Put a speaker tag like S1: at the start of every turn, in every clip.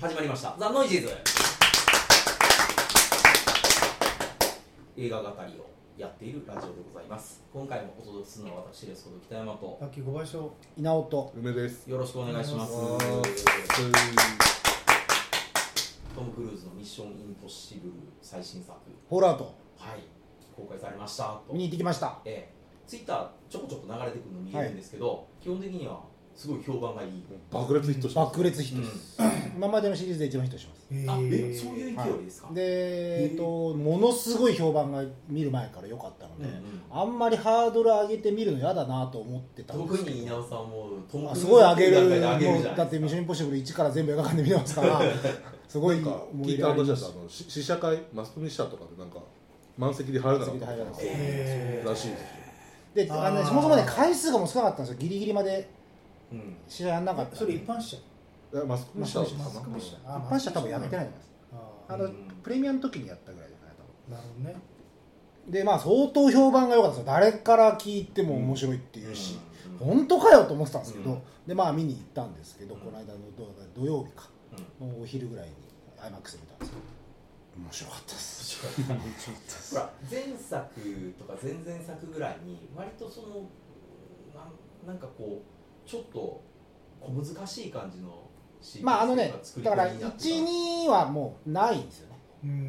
S1: 始まりました「ザ・ノイジーズ」映画語りをやっているラジオでございます今回もお届けするのは私ですこと北山と
S2: ラッキー小林と稲尾と
S3: 梅です。
S1: よろしくお願いします
S3: お願いし
S1: トム・クルーズの「ミッション・インポッシブル」最新作
S2: ホラーと
S1: はい公開されましたと
S2: 見に行ってきました
S1: ええツイッターちょこちょこ流れてくるの見えるんですけど、基本的にはすごい評判がいい、
S3: 爆裂ヒットします。
S2: 爆裂ヒットです、今までのシリーズで一番ヒットしてま
S1: あ
S2: す
S1: えそういう勢いですか、
S2: で、えっとものすごい評判が見る前から良かったので、
S1: うんうん
S2: あんまりハードル上げてみるの嫌だなと思ってたんで
S1: 特
S2: すけ
S1: に稲尾さんもトム・
S2: どあ
S1: クルーズ
S2: すごい上げる
S1: の段階で上げるじゃ
S2: もうだ
S1: ない
S2: って「ミ
S1: で
S2: ッ
S1: す
S2: シ
S1: か
S2: ョンインポッシブル」1から全部映画館で見てますからすごい
S3: なんか
S2: 思い
S3: 聞い
S2: 入れ
S3: た
S2: ありま
S3: 話だ
S2: す
S3: とあのし試写会マスコミ試写とかでなんか満席で入らなかった
S2: 満席で入
S1: え
S3: らしいですよ。
S2: であの、
S4: あー
S2: そもそもね回数がもう少なかったんですよギリギリまで
S1: うん
S2: 試合やんなかったんで
S4: それ一般社
S3: えマスコミ試写だった
S2: ま
S3: か
S2: あ
S3: な。
S2: そうです一
S4: あ
S2: 般社多分やってないと思います
S4: あ
S2: あ
S4: あ
S2: の、
S1: うん
S2: プレミアの時にやったぐらいじゃない多分
S4: なるほどね
S2: でまあ相当評判が良かったんですよ誰から聞いても面白いっていう
S1: う
S2: し、
S1: ん
S2: 本当かよと思ってたんですけど、
S1: うん
S2: でまあ見に行ったんですけど、
S1: うん
S2: この間の土土曜日か
S1: うん
S2: のお昼ぐらいに IMAX で見たんですけど面白かったです
S1: ほら前作とか前々作ぐらいに割とそのなんなんかこうちょっと小難しい感じのシーン
S2: まああのね
S1: 作り
S2: だ
S1: 込
S2: か
S1: み
S2: ら
S1: になってた
S2: 12はもうないんですよね、
S4: うん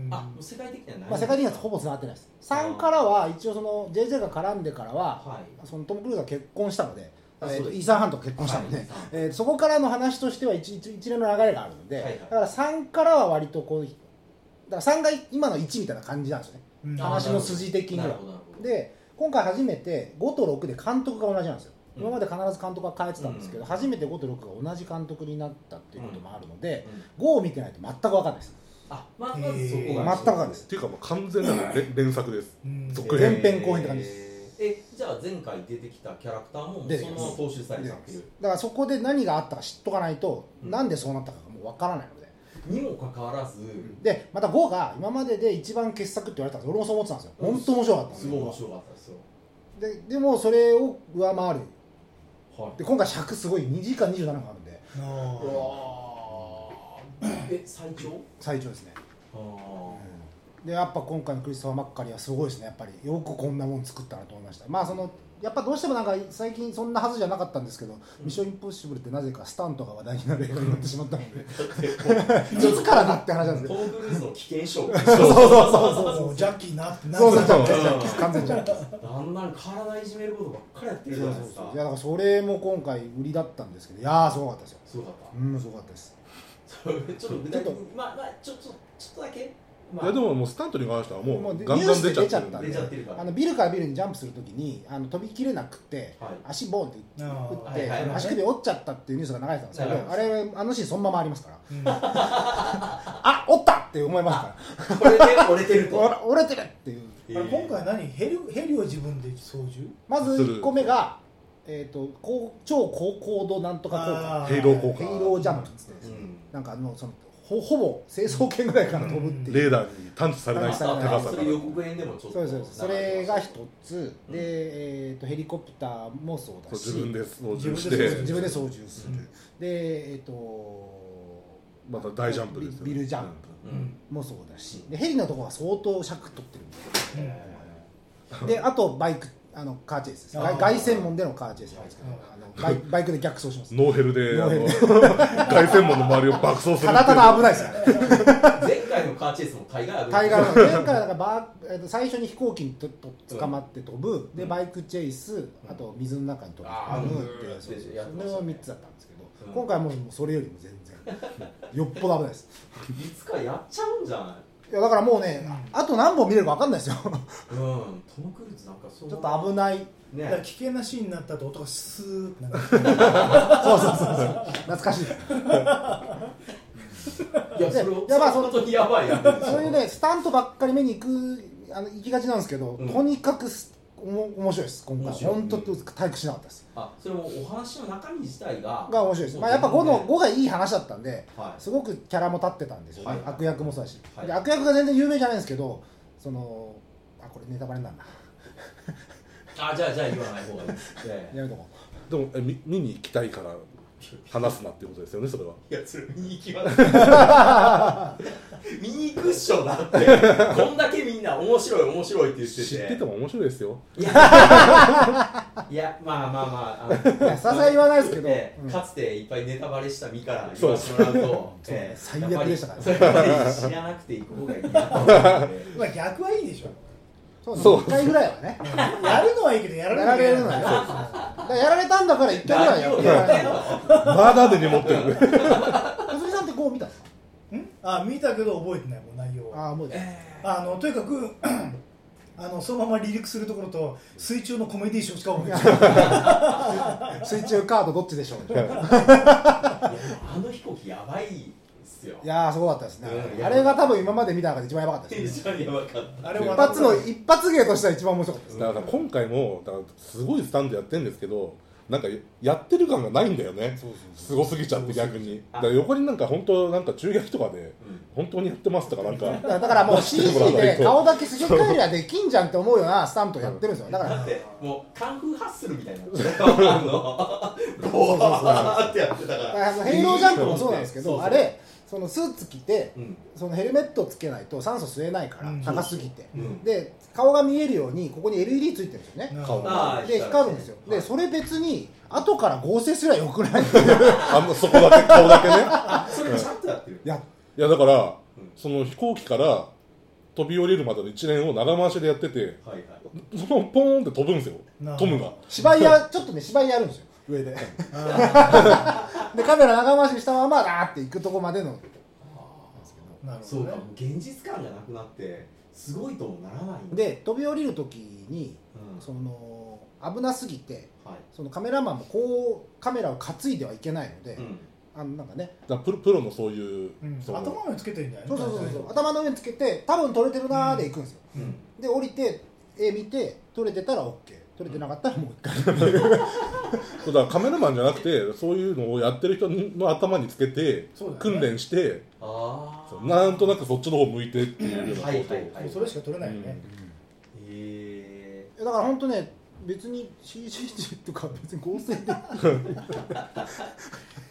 S1: あもう世界的にはない、
S2: まあ、世界的にはほぼつながってないです3からは一応その JJ が絡んでからは
S1: はい
S2: そのトム・クルーズが結婚したので
S1: あ
S2: えー
S1: そ
S2: と
S1: うです
S2: イーサン・ハンと結婚したので、
S1: はいイーサンハン
S2: えーそこからの話としては一一一連の流れがあるので、
S1: はいはい
S2: だから3からは割とこうだから3が今の1みたいな感じなんですよね
S4: うん
S2: 話の筋的には
S1: なるほどなるほど
S2: で今回初めて5と6で監督が同じなんです
S1: う
S2: よ、
S1: ん
S2: 今まで必ず監督が変えてたんですけど、
S1: うん
S2: 初めて5と6が同じ監督になったっていうこともあるので、
S1: うん
S2: 5を見てないと全く分かんないです
S1: あまあまずそこ
S2: 全く
S1: が
S2: 分かんないです
S3: っていうかもう完全なる連連作です。
S4: うん
S3: 続
S2: 前編後編って感じです
S1: えじゃあ前回出てきたキャラクターももう
S2: 出
S1: そ
S2: てき
S1: の
S2: ま
S1: ますま踏襲されている
S2: だからそこで何があったか知っとかないと、
S1: うん
S2: なんでそうなったかがもう分からないので
S1: にもかかわらず
S2: でまた5が今までで一番傑作って言われたんです俺もそう思ってたんですよ
S1: うん
S2: 本当面白かったんです
S1: す
S2: よ
S1: ごい面白かったですよ
S2: ででもそれを上回る
S1: はい
S2: で今回尺すごい2時間27分あるんで
S4: ああ
S1: うわーえ最長
S2: 最長ですね、
S1: あー
S2: でやっぱ今回のクリストファー・マッカリーはすごいですねやっぱりよくこんなもん作ったなと思いましたまあそのやっぱどうしてもなんか最近そんなはずじゃなかったんですけど「ミッション・インポッシブル」ってなぜかスタントが話題になる映画になってしまったの でいつからだって話なんですけ
S1: ト
S2: ど
S1: ム・クルーズの危険症
S2: そうそうそうそう
S4: そうジャッキーなってな
S2: そうそう
S4: る
S2: そ
S4: か
S2: う
S4: ら
S2: そうそう完全じゃない
S1: あんなの体いじめることばっかりやってるじゃないですか
S2: いやだからそれも今回売りだったんですけどいやーすごかったですよ
S1: すごかっ
S2: うんすごかったです
S1: たちょっと具体的
S2: ちょ
S1: にまあまあちょっとちょっとだけま
S3: い
S1: あ
S3: やでももうスタントに関してはも
S2: もう
S3: う
S2: で
S3: ガンガン出ちゃってるん
S1: 出
S2: ニュースで出
S3: で
S1: ちゃってるから
S2: あのビルからビルにジャンプするときにあの飛びきれなくて、
S1: はい
S2: 足ボンって打
S4: あ
S2: っ
S1: は
S2: て、
S1: いはいはい
S2: 足首折っちゃったっていうニュースが流れてたんですけ
S1: 流れてました
S2: どあれあのシーンそのままありますから
S4: うん
S2: あ折ったって思いますか
S1: これで折れてる
S2: らお
S1: と
S2: ら折れてるっていう
S1: え
S4: あれ
S1: ー
S4: 今回何ヘリヘリを自分で操縦
S2: まず
S3: する
S2: 1個目が、えー、と高超高高度なんと
S4: あ
S2: か効
S3: ヘイロー
S2: 果
S3: 効
S2: ヘ
S3: 果。
S2: イロージャンプっつって、
S1: うん
S2: なんかあのそのほほぼ成層圏ぐらいから飛ぶっていう、
S3: レーダーに探知されない
S2: 探知さ
S3: 高
S2: れない
S3: さ
S1: そ
S3: か
S1: れ
S3: ら。
S1: 予告編でもちょっ
S2: そ
S1: と
S2: うですそうですそれが一つで、えー、とヘリコプターもそうだし
S3: 自分で操縦し
S4: 自分で操
S3: て
S4: 縦
S2: 自分で操縦す
S4: う
S2: る、
S4: ん
S2: でえっ、と
S3: また大ジャンプですよね
S2: ビビルジャンプ
S1: うん
S2: もそうだしでヘリのところは相当尺取ってるんですよ
S4: う ん
S2: であとバイクあのカーチェイスです
S4: あ
S2: 外
S4: ー
S2: 外専門でのカーチェイスなんですけどあのバイバイクで逆走します
S3: ノーヘルであ
S2: ノーヘル
S3: の凱旋門の周りを爆走するっていう。
S2: ただただ危ない ですよね
S1: 前回のカーチェイスも大概ある
S2: 大河原の前からだからバー、えっと最初に飛行機にとと捕まって飛ぶで
S1: うん
S2: バイクチェイスあと水の中に飛ぶ
S1: あー
S2: 飛ぶ
S1: うん
S2: ってそうそう
S1: やってましたね
S2: それは3つだったんですけど
S1: うん
S2: 今回はもうもうそれよりも全然よっぽど危ないです
S1: いつかやっちゃうんじゃない
S2: いやだからもうね、あと何本見れるか分かんないですよ ち
S1: うんトム・クルーズなんかそう
S2: ょっと危ない
S4: だから
S1: ね
S4: 危険なシーンになったと音がスーってなる
S2: そうそうそうそう懐かしい
S1: いやそれを
S2: いやまあ
S1: 本当にやばいやつ
S2: そういうねスタントばっかり目に行くあの行きがちなんですけど、
S1: うん
S2: とにかくすおも面白いです今回
S1: 面白い
S2: 本当体育しなかったです
S1: あそれもお話の中身自体が
S2: が面白いです、まあ、やっぱ5の5がいい話だったんで
S1: はい
S2: すごくキャラも立ってたんですよね、
S1: はい
S2: 悪役もそうだし、
S1: はい
S2: で悪役が全然有名じゃないんですけどそのあこれネタバレになるな
S1: あじゃあじゃあ言わない方がいいです、え
S2: やめとこう
S3: でもえみ見に行きたいから話すなっていうことですよねそれはい
S1: やそれ見に行きます 見に行くっしょだってこんだけみんな面白い面白いって言ってて
S3: 知ってても面白いですよ
S1: いやいやまあまあまああの
S2: いやさすがに言わないですけど
S1: ええ
S2: うん
S1: かつていっぱいネタバレした身から
S3: そ
S1: 言わ
S3: う
S1: せ
S3: です
S1: てもらうと、
S2: そう
S1: ええ
S2: 最悪でしたからね
S1: やっぱりそれは知らなくていく方がいいなと思って
S4: まあ逆はいいでしょ
S2: そう
S3: そう
S2: 1回ぐらいはね
S4: やるのはいいけどやら
S2: やられ
S4: れ
S2: る
S4: る
S2: の
S4: の
S2: は
S4: は
S2: ね
S4: い
S2: そうですねだからやられたんだから1回ぐらい
S1: 何
S2: やっ
S1: を
S2: て
S1: やってん
S2: や
S1: の
S3: まだでメモってる
S2: 小杉さんってこう見たんです
S4: ん
S2: か
S4: あ見たけど覚えてないもん内容は
S2: ああもう
S4: あのとにかく あのそのまま離陸するところと水中のコメディーショーしか覚えてない
S2: 水中カードどっちでしょう
S1: いやでもあの飛行機やばいっすよ
S2: いやーすごかったですね
S1: うん
S2: あれが多分今まで見た中で一番やばかったですね
S1: 一番やばかった
S4: あれは
S2: 一発の一発芸としては一番面白かったです
S3: だから今回もだからすごいスタンドやってるんですけどなんかやってる感がないんだよねすごすぎちゃって逆にだから横になんか本当なんか中劇とかで本当にやってますとかなんか
S2: だからだからもう CG
S3: してもらわない
S2: で
S3: と
S2: 顔だけすり替えりゃできんじゃんって思うようなスタントやってるんですよだか
S1: だっ
S2: ら
S1: てもうカンフーハッスルみたいなあのゴワーってやってたか
S2: だかららそのヘイロージャンプもそうなんですけ
S1: そう
S2: ど
S1: そう
S2: あれそのスーツ着て
S1: うん
S2: そのヘルメットつけないと酸素吸えないから
S4: うん
S2: 高すぎて
S1: うん
S2: で顔が見えるようにここに LED ついてるんですよね
S3: 顔
S1: あー
S2: で光るんですよ
S1: は
S2: で
S1: い
S2: それ別に後から合成すりゃよく ない
S3: あのそこだけ顔だけね
S1: あそれちゃんとやってる
S2: や
S3: いやだから
S1: うん
S3: その飛行機から飛び降りるまでの一連を長回しでやってて
S1: はいはい
S3: そのポーンって飛ぶんですよ
S4: なあ
S3: トムが
S2: 芝居やちょっとね芝居やるんですよ上ででカメラ長回ししたままだーって行くとこまでの
S4: なるほ
S1: そ
S4: ど
S1: う
S4: ね
S1: かもう現実感がなくなってすごいともならないんだ
S2: で飛び降りる時に
S1: うん
S2: その危なすぎて
S1: はい
S2: そのカメラマンもこうカメラを担いではいけないので、
S1: うん
S2: あのなんかね
S3: だからプロプロのそういう、
S4: うん
S3: その
S4: 頭までつけてるんじゃない
S2: そうそうそうそう
S4: う
S2: 頭の上につけて多分撮れてるなーで行くんですよ、
S1: うん
S2: で降りて絵見て撮れてたら OK 撮れてなかったらもう一回
S3: そうだからカメラマンじゃなくてそういうのをやってる人の頭につけて
S4: そうだよね
S3: 訓練して
S1: あ
S3: そう
S1: あ
S3: なんとなくそっちの方向いてっていうような
S1: はい
S3: こと
S1: はい
S3: を
S1: はい
S4: それしか取れないよね、
S1: へ
S2: だから本当ね別に CG とか別に合成で
S1: え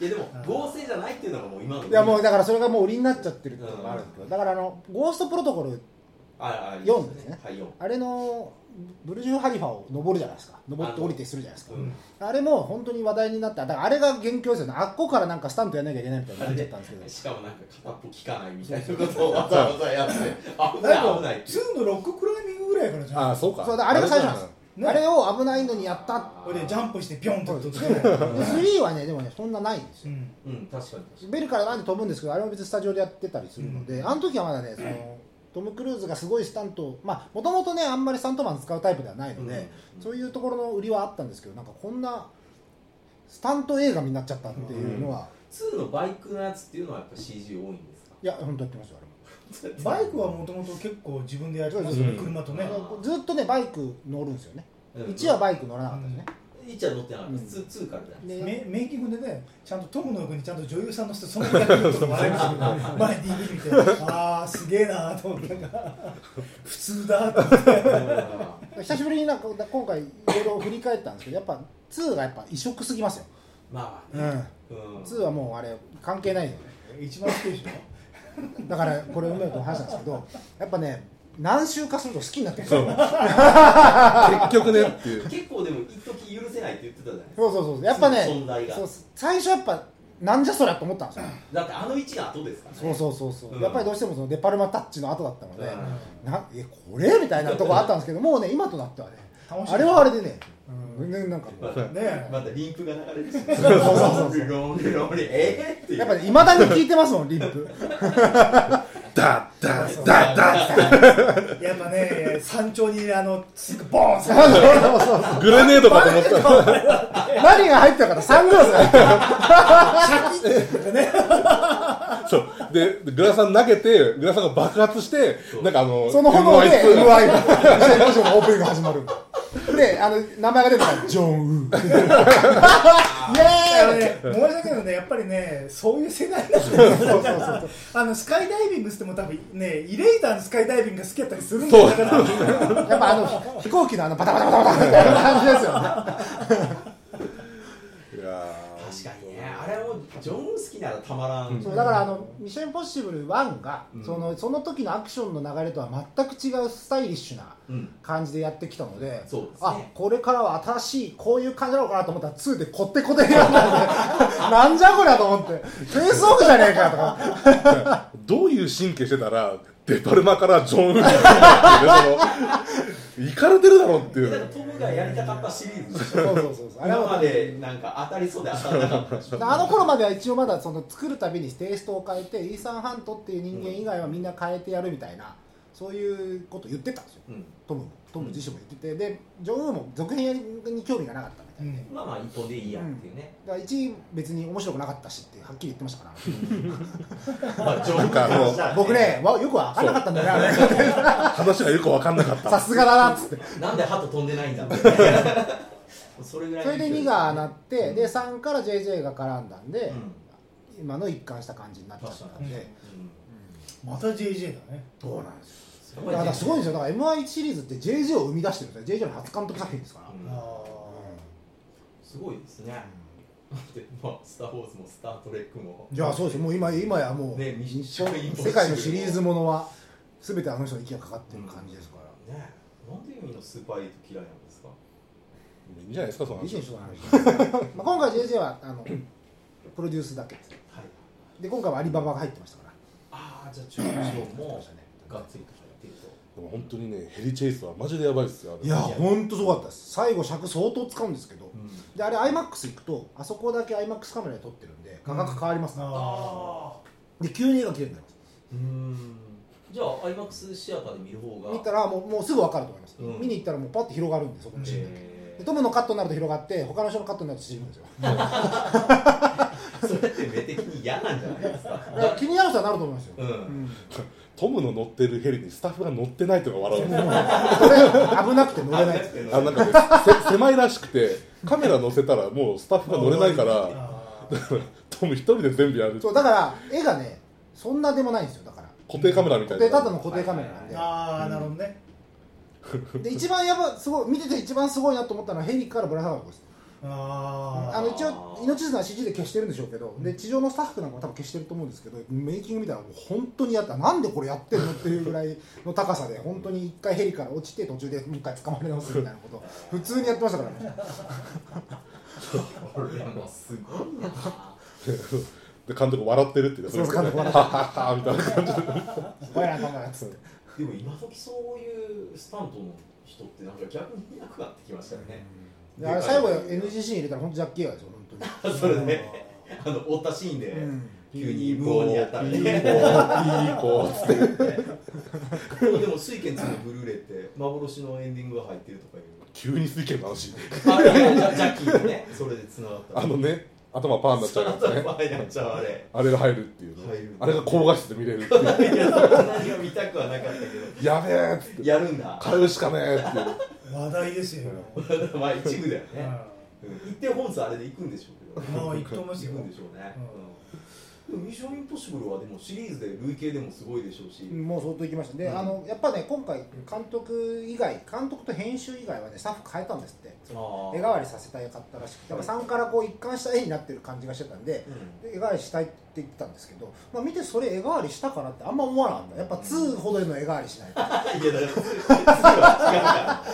S1: いやでも合成じゃないっていうのがもう今の
S2: いやもうだからそれがもう売りになっちゃってるっていうのがあるんですけどだからあの「ゴーストプロトコル
S1: ああ
S2: 四ですね
S1: はい四」
S2: あれのブルジュハリファを登るじゃないですか登って降りてするじゃないですか
S1: うん
S2: あれも本当に話題になっただからあれが元凶ですよねあっこからなんかスタントやんなきゃいけないみたいになっちゃったんですけど
S1: しかもなんか片っぽ効かないみたいなことをわざわざやって危
S4: な
S1: ない
S4: ん
S1: 危
S4: か
S1: ないっていう
S4: 2のロッククライミングぐらいからじゃ
S3: あ
S4: ん
S3: あそうか
S2: そうだあれが最初なんです
S4: ね
S2: あれを危ないのにやったっ
S4: これでジャンプしてピョンって
S2: て
S4: 飛
S2: こと
S4: ん
S2: で
S4: で
S2: で3はねでもねそんなないんで
S4: う
S2: すよ
S4: ん
S1: うん確かに確か
S2: ベルからなんで飛ぶんですけどあれも別にスタジオでやってたりするので、
S4: うん
S2: あの時はまだねそのトム・クルーズがすごいスタントまあもともとねあんまりスタントマン使うタイプではないの
S1: に
S2: で、
S1: うん
S2: そういうところの売りはあったんですけどなんかこんなスタント映画になっちゃったっていうのは、
S1: 2のバイクのやつっていうのはやっぱ CG 多いんですか
S2: いや本当やってますよあ
S4: バイクはもともと結構自分でやってますよね、
S3: うん
S4: 車とね
S2: れもずっとねバイク乗るんですよね、
S1: うん
S2: 1はバイク乗らなかったですね、
S1: 一は乗ってなかった
S2: うん
S1: ツーツーからじゃない
S2: で
S4: メメイキングでねちゃんとトムの横にちゃんと女優さんの人そのままやってるとこ笑いましたよ前に見てああすげえなーと思ったが普通だーと思って
S2: 久しぶりになんかだ今回いろいろ振り返ったんですけどやっぱ2がやっぱ異色すぎますよ、
S1: まあ
S2: う
S1: まあね
S2: ん、
S1: うん
S2: 2はもうあれ関係ないよね
S4: 一番好きでしょ
S2: だからこれ梅野と話したんですけどやっぱね何周かすると好きになってくる
S3: そ
S2: そうう
S3: 結局ねっていう
S1: 結構でも一時許せないって言ってたじゃないですか
S2: そうそうやっぱね
S1: その存在が
S2: そう最初やっぱなんじゃそりゃと思ったんですよ
S1: だってあの一の後ですからね
S2: そうそうそうそう、
S1: うん
S2: やっぱりどうしてもそのデパルマタッチの後だったので、
S1: うん
S2: なえこれみたいなとこあったんですけどもうね今となってはね
S4: 楽しい
S2: あれはあれでね、
S4: う
S2: 全然なんか
S1: ま
S4: ねえ
S1: たまたリンプが流れてしま
S2: そうそう
S1: う
S2: そう
S1: グローグローえーっていう
S2: やっぱいまだに聞いてますもんリップ
S3: ダッダッダッダ
S4: やっぱね山頂にあのすぐボーンって
S2: そうそうそう
S3: ッグレネードかと思ったら
S2: 何が入ってたかってサングラスが入って
S3: そうででグラさん投げてグラさんが爆発して
S1: そう
S3: なんかあの
S2: たその炎で
S3: MI2
S2: UI が2000年以上のオープニングが始まるであの名前が出たからジョン・ウ ーイエ
S4: あの
S2: ーイ
S4: ね、申し訳ないけどね、やっぱりね、そういう世代なんですよ
S2: そうそうそう
S4: あのスカイダイビングしても多分ね、イレイターのスカイダイビングが好きやったりするんだよだから、
S2: やっぱあの飛行機のあのバタバタバタバタみたいな感じですよね
S3: いやー
S1: 確かにねあれジョンウ好きならたまらん、
S3: うん
S2: そうだからあの「ミッション・インポッシブル1が」
S1: うん
S2: そのその時のアクションの流れとは全く違うスタイリッシュな
S1: うん
S2: 感じでやってきたので
S1: そうです
S2: あ
S1: ね
S2: これからは新しいこういう感じなのかなと思ったら2でこってこてになったんでなんじゃこりゃと思ってフェイスオフじゃねえかとか
S3: どういう神経してたらデパルマからジョン・ウンに行くんだっていうねそのイかれてるだろうってい
S1: だから
S3: う
S1: トムがやりたかったシリーズでしょ
S2: そうそうそうそうあれ
S1: 今ま
S2: は
S1: でなんか当たりそうで当たらなかったでしょ
S2: あの頃までは一応まだその作るたびにテイストを変えてイーサン・ハントっていう人間以外はみんな変えてやるみたいなそういうこと言ってたんですよ
S1: うん
S2: トムもトム自身も言っててでジョン・ウーも続編に興味がなかったみたいな
S4: うん
S1: まあまあ一本でいいやっていうね、
S2: だから1位別に面白くなかったしってはっきり言ってましたから
S1: まあジョ
S3: な
S1: ン
S3: ん
S1: ウ
S3: かもう
S2: 僕ねわよく分かんなかったんだよねあれ
S3: 話がよく分かんなかっ
S2: さ
S3: た
S2: すがだなっつって
S1: なんで鳩飛んでないんだっ てねそれぐらい
S2: そ
S1: の
S2: れで
S1: 勢いすね
S2: 2がなってで3から JJ が絡んだんで、
S1: うん
S2: 今の一貫した感じになっちゃったんで、
S1: うん
S4: また JJ だね
S2: どうなんです
S1: そ
S2: よ
S1: こ
S2: だ
S1: は
S2: からすごいんですよだから m 1シリーズって JJ を生み出してるんですよ JJ の初監督作品ですから、
S1: うんすごいですね。で、まあ、スター・ウォーズもスター・トレックも。
S2: じゃあそうですよもう今今やもう、
S1: ねミッシ
S2: 日
S1: ョン
S2: 本
S1: インポッシブル
S2: 世界のシリーズものは全てあの人の息がかかってる感じですから、
S1: ねえなんでみんなスーパーエイト嫌いなんですか。
S3: いいんじゃないですかその
S2: いい
S3: 話
S2: 選手の話 まあ今回 JJ はあのプロデュースだけです
S1: はい。
S2: で今回はアリババが入ってましたから
S1: ああ、じゃあ、中小も
S2: ましたね
S1: がっつりと入ってると。
S3: でも本当にねヘリチェイスはマジでやばいっすよあれ
S2: いや本当すごかったです最後尺相当使うんですけど、
S1: うん
S2: であれ IMAX 行くとあそこだけ IMAX カメラで撮ってるんで価格変わりますね、
S4: あ
S2: で急に絵が綺麗になります
S1: うん。じゃあ、IMAX シアターで見る方が。
S2: 見たらもうもうすぐ分かると思います、
S1: うん
S2: 見に行ったらもうパッと広がるんでそこのシーンだけ、
S1: え
S2: でトムのカットになると広がって他の人のカットになると縮むんですよ
S1: ー、それって目的に嫌なんじゃないですか。
S2: だから気になる人はなると思いますよ、
S1: う。
S2: うんん
S3: トムの乗ってるヘリにスタッフが乗ってないとか笑う
S2: もうそれ危なくて乗れないです
S3: あなんか、ね、せ 狭いらしくてカメラ乗せたらもうスタッフが乗れな いから
S4: あ
S3: トム一人で全部やる
S2: そうだから絵がねそんなでもないんですよだから
S3: 固定カメラみた
S2: 固
S3: い
S2: 定
S3: な
S2: ただの固定カメラなんで、
S4: あーなるほどね
S2: で一番やばすごい見てて一番すごいなと思ったのはヘリからぶら下がることですあ
S4: あ
S2: の一応命綱は CG で消してるんでしょうけどで地上のスタッフなんかも多分消してると思うんですけどメイキング見たらもう本当にやったなんでこれやってるのっていうぐらいの高さで本当に一回ヘリから落ちて途中でもう一回捕まれ直すみたいなこと普通にやってましたからね
S1: これもすごいな。
S3: で監督笑ってるっていうか
S2: そうそう
S3: れで
S2: 監督
S3: はっ
S2: 笑
S3: はっ はみたいな感じで
S2: 「おいらのカメラ」っつって
S1: でも今時そういうスタントの人ってなんか逆にいなくなってきましたよね。
S2: であれ最後 NG シーン入れたら本当ジャッキー映画ですよ本当に。
S1: それで、あの追ったシーンで、
S2: うん
S1: 急に無音にやったら
S3: いい子いい
S1: ね。
S3: 子つって
S1: でもでも水拳2のブルーレイ って幻のエンディングが入ってるとかいう。
S3: 急に水拳の話
S1: あいやいやジャッキーとね、それで繋がった。
S3: あのね頭パーになっちゃうやつ
S1: そう
S3: ね
S1: パーになっちゃうあれ。
S3: あれが入るっていう
S1: 入る
S3: ねあれが高画質で見れ るっていう
S1: いやそんなには見たくはなかったけど、
S3: やべえっつって
S1: やるんだ。
S3: 買うしかねえっていう
S4: あ話題ですよ
S1: まあ一部だよ
S4: うん
S1: ね。うん一定本数あれで行くんでしょうけど。
S4: まあ行くと思います
S1: 行
S4: よ
S1: くんでしょうね。うんでもミッションインポッシブルはでもシリーズで累計でもすごいでしょうし。
S2: もう相当いきましたで、
S1: うん
S2: あのやっぱね今回監督以外監督と編集以外はねスタッフ変えたんですって
S1: あー
S2: 絵代わりさせたいかったらしくてだから3からこう一貫した絵になってる感じがしてたんで
S1: うん
S2: で絵代わりしたいって言ってたんですけど、まあ、見てそれ絵代わりしたかなってあんま思わなかったやっぱ2ほどの絵代わりしない
S1: いやだ から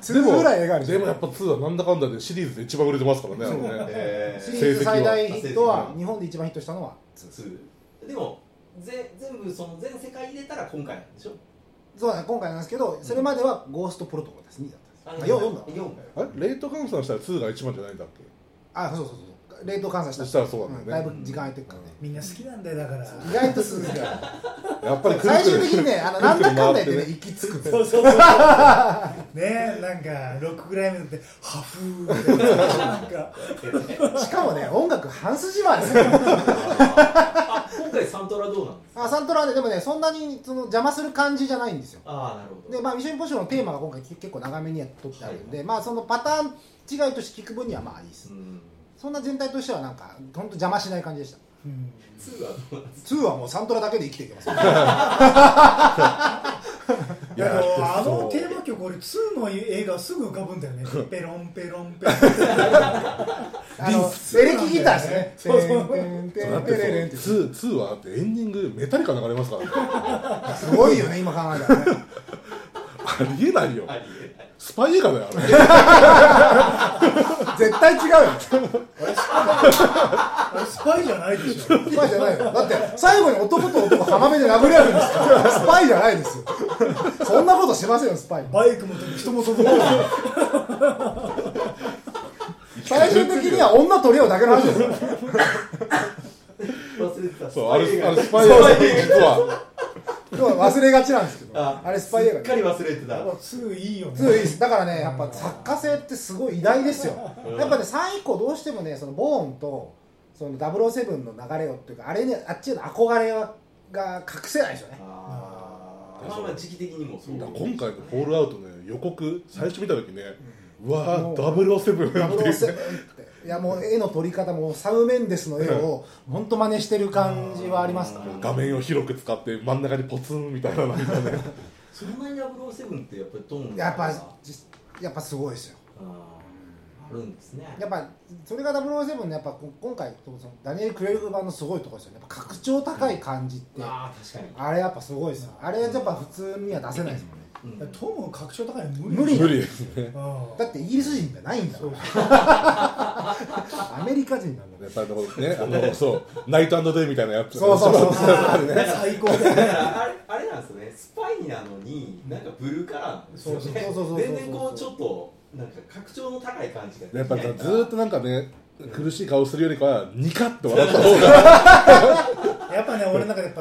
S2: 2ぐらい絵代わりしな
S3: で
S2: い
S3: もやっぱ2はなんだかんだでシリーズで一番売れてますからねあのね
S1: え
S2: シリーズ最大ヒット
S1: 成績
S2: は
S1: は
S2: 日本で一番ヒットしたのは
S1: 2でもぜ全部その全世界入れたら今回なんでしょ
S2: そうだね今回なんですけどそれまでは「ゴーストプロトコル」です2だった
S1: あ
S2: ん
S1: の
S2: ですあよんだ
S1: 四だよ
S3: あれレート換算したら2が一番じゃないんだっけ
S2: あそうそうそうそう冷凍換算した
S3: そしたらそうなんだよ
S2: ん
S3: ね
S2: だいぶ時間空いてるからね、
S4: みんな好きなんだよだから
S2: 意外とすぐが
S3: やっぱりくる
S2: 最
S3: く
S2: 終
S3: る
S2: 的にね、あのなんだかんだ言ってね、行き着くんですよ。
S4: ねなんかロックぐらい目で「ハフー」みたいななんか
S2: しかもね、音楽半筋回りですよ。
S1: あ今回サントラどうなんですか
S2: あサントラはね、でもね、そんなにその邪魔する感じじゃないんですよ。
S1: ああなるほど
S2: で、まあ、ミッション・インポッシブルのテーマが今回結構長めにやっとってあるんで、まあ、そのパターン違いとして聞く分にはまあいいです。
S1: うん
S2: そんな全体としてはなんか、本当邪魔しない感じでした。
S4: うん
S1: 2はどうなんです
S2: 2はもうサントラだけで生きていけます。
S3: い
S4: でも
S3: や
S4: あ
S3: そう
S4: のテーマ曲か俺2の映画すぐ浮かぶん だよねペロンペロンペロンペロン
S2: あのエレキギターですね
S4: そうそう
S2: テンテンテン
S3: だっ
S2: テレレンってて
S3: そう2、2はだってエンディングメタリカ流れますからね
S2: すごいよね今考えたらね
S3: ありえないよ
S1: ありえない
S3: スパイ映画だよあれ
S2: 絶対違うよ
S4: あれスパイじゃないでしょ
S2: スパイじゃないよだって最後に男と男浜辺で殴り合うんですからスパイじゃないですよそんなことしませんよスパイ
S4: バイクも人もそこま
S2: 最終的には女取り合うだけの話ですよ
S1: 忘れてた
S3: そうあれ
S1: スパイ映画
S3: あれスパイ映画
S1: そう
S3: だって実は
S2: 今日は忘れがちなんですけど
S1: あ
S2: あれスパイ映画
S1: すっかり忘れてた
S4: で2いいよね
S2: 強いですだからねやっぱ作家性ってすごい偉大ですよやっぱね3以降どうしてもねそのボーンとその007の流れをっていうかあれねあっちへの憧れはが隠せないですよね
S1: あーまあまあ時期的にもそう
S3: だから今回の「フォールアウト」ね予告最初見た時ね、うわ
S2: も
S3: ー
S2: う
S3: 007っていう
S2: 007っていやもう絵の撮り方もサム・メンデスの絵を本当真似してる感じはありますから
S1: うん
S3: 画面を広く使って真ん中にポツンみたいななんかね
S1: そんなに007ってやっぱりどんな
S2: やっぱ
S1: あ
S2: じやっぱすごいですよ
S1: ーあるんですね
S2: やっぱそれが007のやっぱこ今回そのダニエル・クレルグ版のすごいところですよねやっぱ格調高い感じって
S1: あー確か
S2: あれやっぱすごいですよあれやっぱ普通には出せないですもん
S1: に、う
S2: ね
S1: ん
S4: トムの拡張高いの無理
S2: 無理
S3: 無理ですね
S4: うん
S2: だってイギリス人じゃないん だからアメリカ人なんだか
S3: やっぱりねあのそうナイトデイみたいなやつ
S2: そうそうそう
S4: あー最高だよ
S1: だからあれあれなんですよねスパイなのになんかブルーカラーなんですよね
S2: そうそうそうそうそう
S1: 全然こうちょっとなんか格調の高い感じができな
S3: やっ
S1: いか
S3: ぱ
S1: ら
S3: ずーっとなんかね苦しい顔するよりかはニカッと笑った方が
S4: やっぱね俺の中でやっ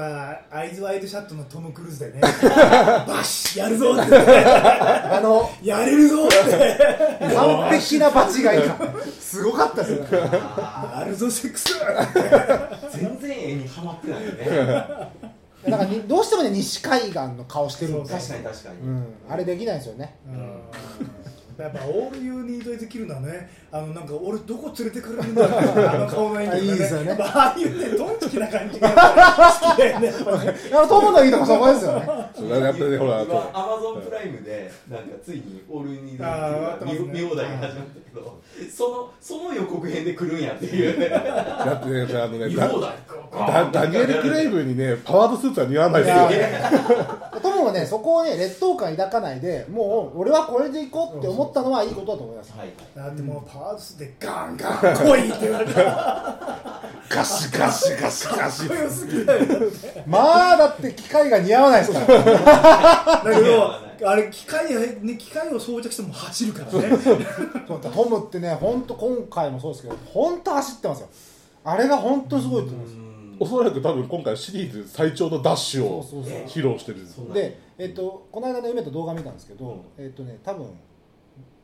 S4: ぱアイズワイドシャットのトム・クルーズだよねバシッやるぞって
S2: らあの
S4: やれるぞって
S2: 完璧な場違いがすごかったですよね
S1: あ
S4: やるぞセックス
S1: ー全然絵にはまってないよね
S2: だからにどうしてもね西海岸の顔してるんで
S1: 確かに確かに、
S2: うん、あれできないですよね
S4: うんやっぱ「オール・ユー・ニード・イズ・キル」なねあのなんか俺どこ連れてくるんだってあの顔がいいんだ
S2: いいですよね
S4: やっぱああいうねドンチキな感じがやっぱ好きだよねやっぱね
S2: あの友のいいとこそこですよね
S3: そうやっぱりほらあ
S1: 今
S3: と
S1: アマゾンプライムでなんかついに「オール・ニーズ
S4: あー上がっ」て
S1: の
S4: ま
S1: 見
S4: すね
S1: 見放題が始まったけどそのその予告編で来るんやっていうね
S3: だってねあのね
S1: 見
S3: だ
S1: 放題
S3: だダニエル・クレイブにねパワードスーツは似合わないです
S2: い
S3: よ
S2: や 友はねそこをね劣等感抱かないでもう俺はこれでいこうって思ったのはいいことだと思います
S1: はいはい
S4: だってもうパーツでガンガン来いって言われたら
S3: ガシガシガシガシ
S4: 強すぎだよ
S2: まあだって機械が似合わないですから
S4: だけ
S1: いや
S4: どあれ機械,、ね、機械を装着しても走るからね
S2: そうトムってね本当今回もそうですけど本当走ってますよあれが本当すごいと思います
S1: うん
S3: おそらく多分今回シリーズ最長のダッシュを
S2: そうそうそう
S3: 披露してる
S1: そうなんだ
S2: で、えっとこの間ね梅と動画見たんですけど、えっとね多分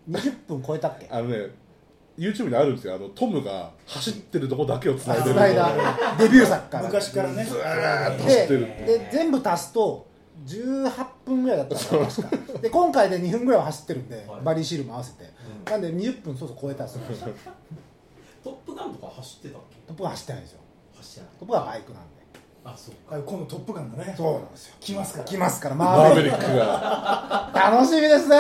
S2: 20分超えたっけ
S3: あのね YouTube にあるんですよあのトムが走ってるとこだけを繋いで
S2: ス
S3: る
S2: ライダーデビュー作から
S4: 昔からね
S3: ー
S2: で
S3: 走ってる
S2: で全部足すと18分ぐらいだったから確かで今回で2分ぐらいは走ってるんで、
S1: はい
S2: バリーシールも合わせて、
S1: ん
S2: なんで20分そうそう超えたんですよ
S1: トップガンとか走ってたっけ
S2: トップが走ってないんですよ
S1: 走ってない
S2: トップがバイクなんで
S1: あそう
S4: あ今度「トップガン」だね
S2: そうなんですよ
S4: 来ますから
S2: 来ますから
S3: マ
S2: マ
S3: ー
S2: ー
S3: ベ
S2: ベ
S3: リ
S2: リ
S3: ッ
S2: ッ
S3: クが
S2: ク楽しみですね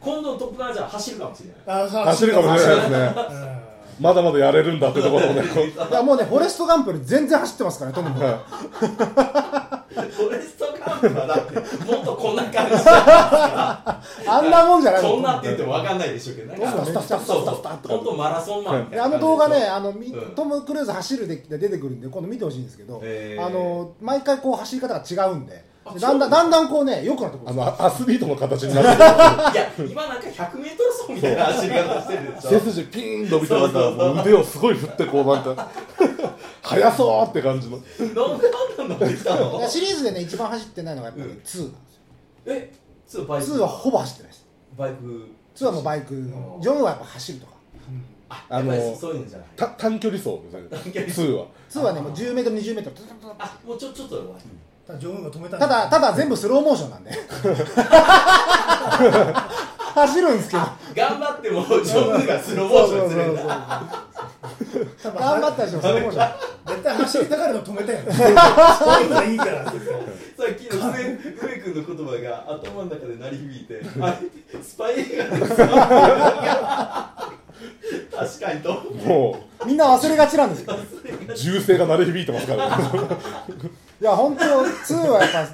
S1: 今度のトップガンじゃ走るかもしれない
S4: あそう
S3: 走るかもしれないですね
S4: うん
S3: まだまだやれるんだってところをねこう
S2: いやもうね、フォレストガンプより全然走ってますからね、トムも。
S1: フォレストガンプはだってもっとこんな感じ
S2: あんなもんじゃない
S1: こんなって言っても分かんないでしょうけどなんか
S2: どんどんめっちゃ
S1: そうそう本当マラソンマンみたい
S2: で
S1: な
S2: あの動画ね、あのみ
S1: うん
S2: トム・クルーズ走るで出てくるんで、今度見てほしいんですけど、
S1: へー
S2: あの毎回こう走り方が違うんで、
S1: あ
S2: でだんだんだんだんこうね、良くなってく
S3: あ
S2: るんで
S3: のアスリートの形になって
S1: いや今なんか 100m 走みたいな走り方してるで しょ
S3: る背筋ピーン伸びてなんかもう腕をすごい振ってこうなん か速そうって感じの
S1: なんであんなのできた
S2: すよ
S1: の
S2: でシリーズでね、一番走ってないのがやっぱり2なんですよ。
S1: え2バイク
S2: 2はほぼ走ってないです。
S1: バイク
S2: 2はもうバイク、
S1: ん
S2: ジョンはやっぱ走るとか、
S1: あ
S3: あ
S1: やっ
S3: の
S1: ぱりそういうんじゃない
S3: た短距離走みたいな
S1: 距離
S3: 2は
S2: 2はね、もう10メートル、20メートル、
S1: あもうちょちょっと終わり
S4: ただジョンウンが止めたん
S2: ただ、ただ全部スローモーション なんで、走るんですけど。
S1: 頑張っても上手がスローモーションするんだ
S2: そうそうそうそう
S4: ただ
S2: 頑張ったでしょ、スローモーション。
S4: 絶対走りたがるの止めたよねそういうのはいいからって言って
S1: さっきの上上君の言葉が頭の中で鳴り響いてあれスパイ映画です確かにと思って
S3: も
S2: みんな忘れがちなんですけど
S3: う銃声が鳴り響いてます から、ね、
S2: いや本当2はやっぱ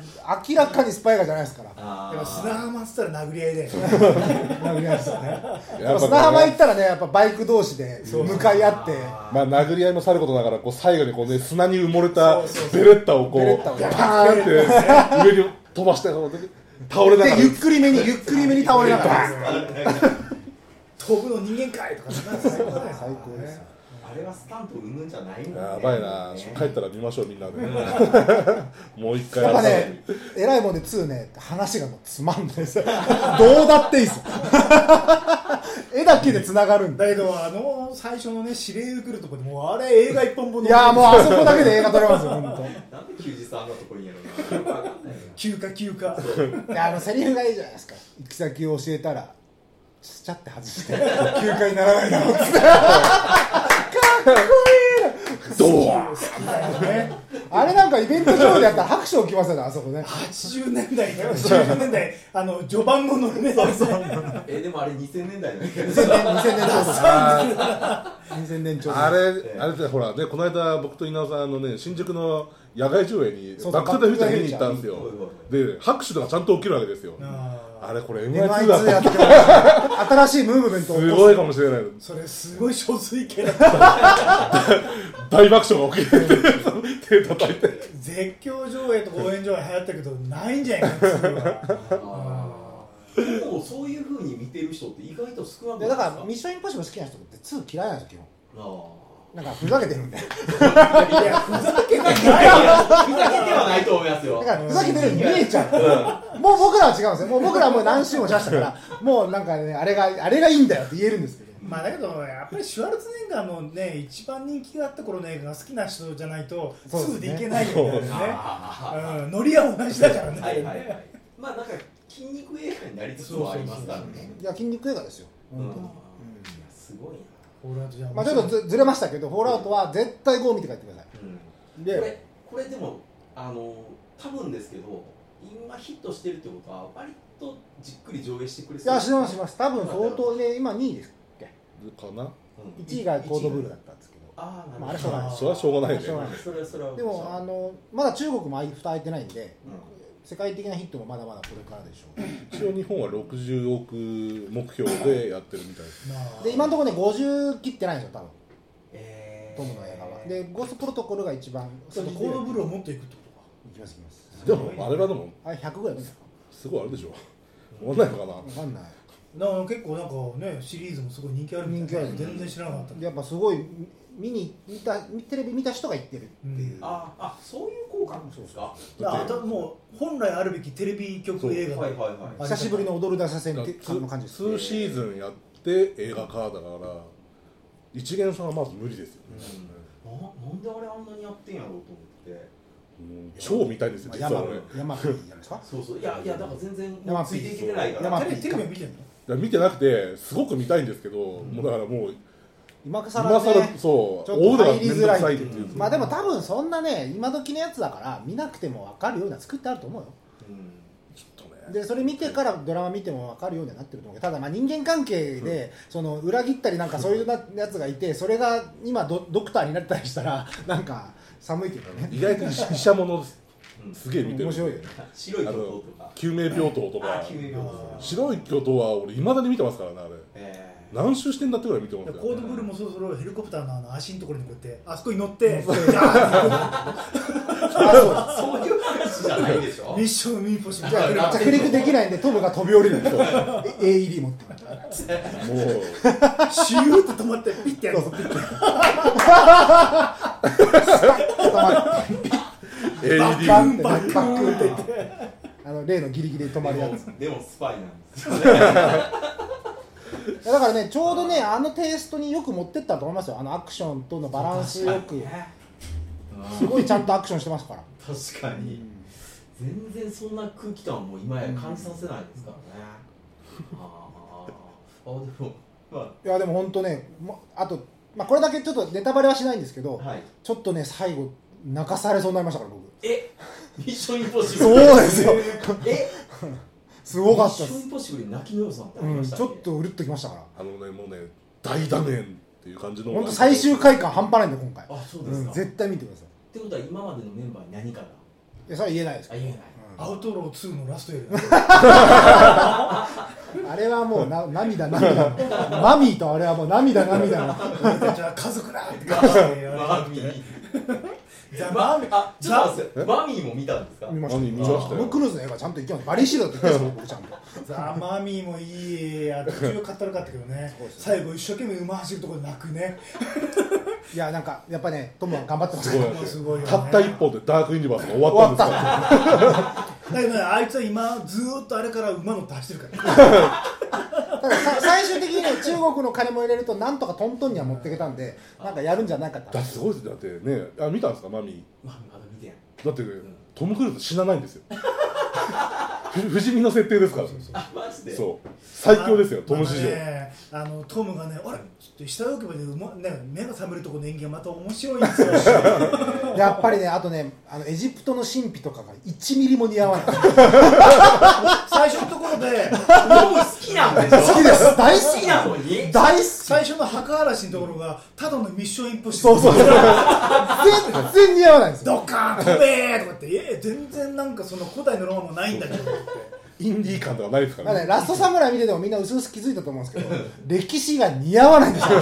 S2: 明らかにスパイガーじゃないですから
S1: あ
S4: でも砂
S1: ー
S4: 浜っつったら殴り合いで
S2: 殴り合いでしたね
S3: やっぱ
S2: 砂浜行ったらねやっぱバイク同士で向かい合って
S1: あ
S3: まあ殴り合いもさることながらこう最後にこう、ね、砂に埋もれた
S4: そうそうそう
S3: ベレッタをこう
S2: ベレッタを
S3: ガパーンって、上に飛ばして倒れながら
S2: でゆっくりめにゆっくりめに倒れながら
S4: 飛ぶの人間かいとかそんなの最高だよ
S2: 最高ですよ
S1: あれはスタントうんぬんじゃないもんね
S3: やばいな、
S1: ね
S3: 帰ったら見ましょうみんなでもう一回
S2: やっぱね偉いもんで2ね話がもうつまんないですよどうだっていいですよ絵だけでつながるん
S4: だ
S2: で
S4: けどあの最初のね指令受けるとこでもうあれ映画一本分
S2: い
S4: の
S2: やもうあそこだけで映画撮れますよ本
S1: なんで休日あんなとこに やろうなよくわかんないな
S4: 休暇休暇
S2: 当いやあのセリフがいいじゃないですか行き先を教えたらスチャって外して休暇にならないだろうっつってかっこいい
S3: ドーン
S4: ね
S2: あれなんかイベント上でやったら拍手起きますよねあそこね
S4: 80年代から90年代あの序盤後のねそうそう
S1: えでもあれ2000年代の映画で
S2: 2000
S1: す
S2: 年2000年ちょうど
S3: あ
S2: 2000年ちょうど
S3: あれ、あれってほらね、この間僕と稲尾さんあのね、新宿の野外上映に
S2: そうそう
S3: バックセタフューチャー見に行ったんです
S1: バックトゥ
S3: よ
S1: ザフュー。
S3: で、拍手とかちゃんと起きるわけですよ。あれこれ
S2: MI2
S3: MI2 だ
S2: や
S3: っ
S2: って
S3: た。
S2: ます新しいムーブメントを
S3: す
S2: 起こ
S3: ごいかもしれない。
S4: それすごい小水系だった
S3: 大爆笑が起きて、手叩いて。
S4: 絶叫上映とか応援上映流行ったけどないんじゃないかなそれは
S1: あーでもそういう風に見てる人って意外と少なく
S2: す
S1: な
S2: で
S1: い
S2: だ
S1: です
S2: からミッションインポッシブル好きな人って2嫌いなんですよ
S1: あー
S2: 基本なんかふざけてるんで
S4: いやふざけない
S1: いやいやふざけてはないと思いますよ
S2: だからふざけてるように見えちゃう、もう僕らは違うんですよ、もう僕らはもう何周も出したから、もうなんかね、あれがあれがいいんだよって言えるんですけど、
S4: まあだけどやっぱりシュワルツェネッガーのね一番人気があった頃の映画が好きな人じゃないと
S2: そうです
S4: す
S2: ね
S4: ぐでいけないよね
S1: あー
S4: うんノリは同じだからね
S1: はいはいはい。まあなんか筋肉映画になりつつもありますからね。
S2: いや、筋肉映画ですよ、
S1: うん。い
S2: 本当に。
S1: やすごいな。
S4: ホールアウトじゃん
S2: まあ、ちょっとずずれましたけど、フォールアウトは絶対5を見て帰ってくださ
S1: うん。
S2: い。
S1: こ
S2: で、
S1: れこれでもあの多分ですけど今ヒットしてるってことは割とじっくり上映してくれ
S2: いや、します、します、多分相
S1: うん。
S2: 当ね、今2位ですっけ、
S3: かな
S2: 1位がコードブルーだったんですけど、
S1: ああなるほど。
S2: まああれしょうがない
S3: それはしょうがないね
S2: しょうがない。
S1: それはそれは。
S2: でも、あのまだ中国もあい蓋開いてないんで、
S1: う
S2: 世界的なヒットもまだまだこれからでしょう。
S3: 一応日本は60億目標でやってるみたいです。
S4: まあ
S2: で、今のところね、50切ってないんですよ、多分
S1: えー
S2: トムの映画は。で、ゴーストプロトコルが一番、
S4: ちょっとコードブルーを持っていくってことか
S2: いきますいきます
S3: でも、あれはでも、
S2: あれ100ぐらいですか
S3: すごいあれでしょ。思わないのかな。
S2: 分かんない
S4: なんか結構なんかねシリーズもすごい人気あるみたいな
S2: 人気ある
S4: 全然知らなかった
S2: やっぱすごいみ見に見たテレビ見た人が言ってるっていう、
S4: うん
S1: あーあそういう効果なんですか。
S4: だからあともう本来あるべきテレビ
S3: そ
S4: 局
S3: う
S4: 映画
S1: はい
S4: だ
S1: はいはい。
S2: 久しぶりの踊る大作戦ってあの感じです
S3: 2シーズンやって映画化だから、一元さんはまず無理ですよね。
S1: ななんであれあんなにやってんやろうと思って。
S3: もう超見たいんですよ、
S2: まあ
S3: 実は
S2: 山
S3: 俺。い
S2: 山火じゃないです か
S1: そうそういやいやだから全然
S2: ヤマピー
S1: ついていけてないか
S2: ヤ
S1: ら。
S2: マピー
S4: テレビテレビは見てんの
S3: や見てなくて、すごく見たいんですけど、もうだからもう、
S2: 今更
S3: 今更、
S2: ね
S3: そう、
S2: ちょっ
S3: 追
S2: と
S3: うのが
S2: 入り
S3: 面
S2: づ
S3: 倒
S2: ら
S3: く
S2: い
S3: さい
S2: っ
S3: ってて
S2: い
S3: いうう。
S2: まあでも多分そんなね今時のやつだから見なくても分かるような作ってあると思うよ
S1: うん
S3: ちょっとね
S2: でそれ見てからドラマ見ても分かるようにはなってると思うけどただまあ人間関係でその裏切ったりなんかそういうなやつがいてそれが今ドドクターになったりしたらなんか寒いというかね
S3: 意外と医者もの
S1: うん
S3: すげえ見てる。
S2: 面白いよ ね
S1: 白い
S3: あ
S1: と
S3: の
S1: とか。
S3: 救命病棟と
S1: あ
S3: か
S1: ー、急にどうぞ
S4: あー
S3: 白い巨塔は俺、いまだに見てますからね、あれ。
S1: えー
S3: 何周してんだってぐらい見てますか
S4: コー
S3: ら
S4: ド
S3: ね。
S4: ブルーもそろそろヘリコプターのあの足のところにこうやってあそこに乗って
S2: あそうだ
S1: そういう話じゃないでしょ
S4: ミッションミーポッシブル
S2: じゃあ着陸できないんでトムが飛び降りるんですよ AED 持ってる
S3: もう、
S4: シューって止まってピッてやる
S2: 止まって
S3: AED
S2: バ
S4: ン
S2: ンバンバンって言ってあの例のギリギリで止まるやつ
S1: でもスパイなんですよね。
S2: いやだからねちょうどねあのテイストによく持ってったと思いますよあのアクションとのバランスよくすごいちゃんとアクションしてますから
S1: 確かに全然そんな空気感も今や感じさせないですからね。あーあでもまあ
S2: いやでも本当ねもあとまあ、これだけちょっとネタバレはしないんですけど、
S1: はい
S2: ちょっとね最後泣かされそうになりましたから 僕
S1: えミッションインポッシブル
S2: そうですよ
S1: え
S2: すごかった
S1: ミッショ
S2: で
S1: ンイ
S2: す、
S1: ンポッシブルに泣きの要素なんてあり
S2: う
S1: ま
S2: ん、
S1: した
S2: ちょっとうるっときましたから
S3: あのねもうね大断念っていう感じの
S2: 本当最終回感半端ないんで今回
S1: あそうですか、
S2: うん
S1: っ
S2: 絶対見てください
S1: てことは今までのメンバーに何かが
S2: いやそれは言えないです
S1: あ
S2: け
S1: 言えない、
S2: ど、
S4: アウトロー2のラストより
S2: うんあれはもうな涙涙マミーとあれはもう涙涙の
S4: 俺たちは家族だって感じで言わ
S1: マ
S4: れ
S1: ミ
S4: て
S1: ー
S4: ザ
S1: マ
S4: マ
S1: ミ
S4: ミ
S1: ーあちょっと待ってくださいマミーも見たんですか
S2: 見ま
S3: マミー見ま
S2: し
S3: したた
S2: ト
S3: よ
S2: ム・クルーズの映画ちゃんと行きますバリーシールドって言ってますよ僕ちゃんと
S4: ザ・マミーもいいや途中かったるかったけどね
S2: そうです
S4: 最後一生懸命馬走るところで泣くね
S2: いやなんかやっぱねトムは頑張ってます
S3: すごい
S4: もうすごいよね
S3: たった一本でダークユニバースが終わったんですか
S4: だけどねあいつは今ずーっとあれから馬乗って走ってるから
S2: たださ最終的にね中国の金も入れるとなんとかトントンには持ってけたんでなんかやるんじゃないかと
S3: だってすごいですだってねあ見たんですかマミー
S1: マミーまだ見てない
S3: だってね、トム・クルーズ死なないんですよ ふ不死身の設定ですから
S1: あマジで
S3: そう最強ですよトム
S4: あ
S3: 史上、
S4: のねあのトムがねあれちょっと下置けばでうま、ね、目が覚めるとこの演技がまた面白いんですよ
S2: やっぱりねあとねあのエジプトの神秘とかが1ミリも似合わない
S4: 最初のところで
S1: トム好きなんでしょ
S2: 好きです大好
S1: 好
S2: き
S1: きなのに
S2: 大好き
S4: 最初の墓荒らしのところがただのミッションインポッシブ
S2: そ
S4: ル
S2: うそうそう全然似合わないんですよ
S4: ドカーン飛べーとかってえー全然なんかその古代のロマンもないんだけ どって
S3: インディー感とかないですか
S2: まあ
S3: ら
S2: ね、
S3: ね
S2: ラストサムライ見ててもみんな薄々気づいたと思うんですけど歴史が似合わないんですよ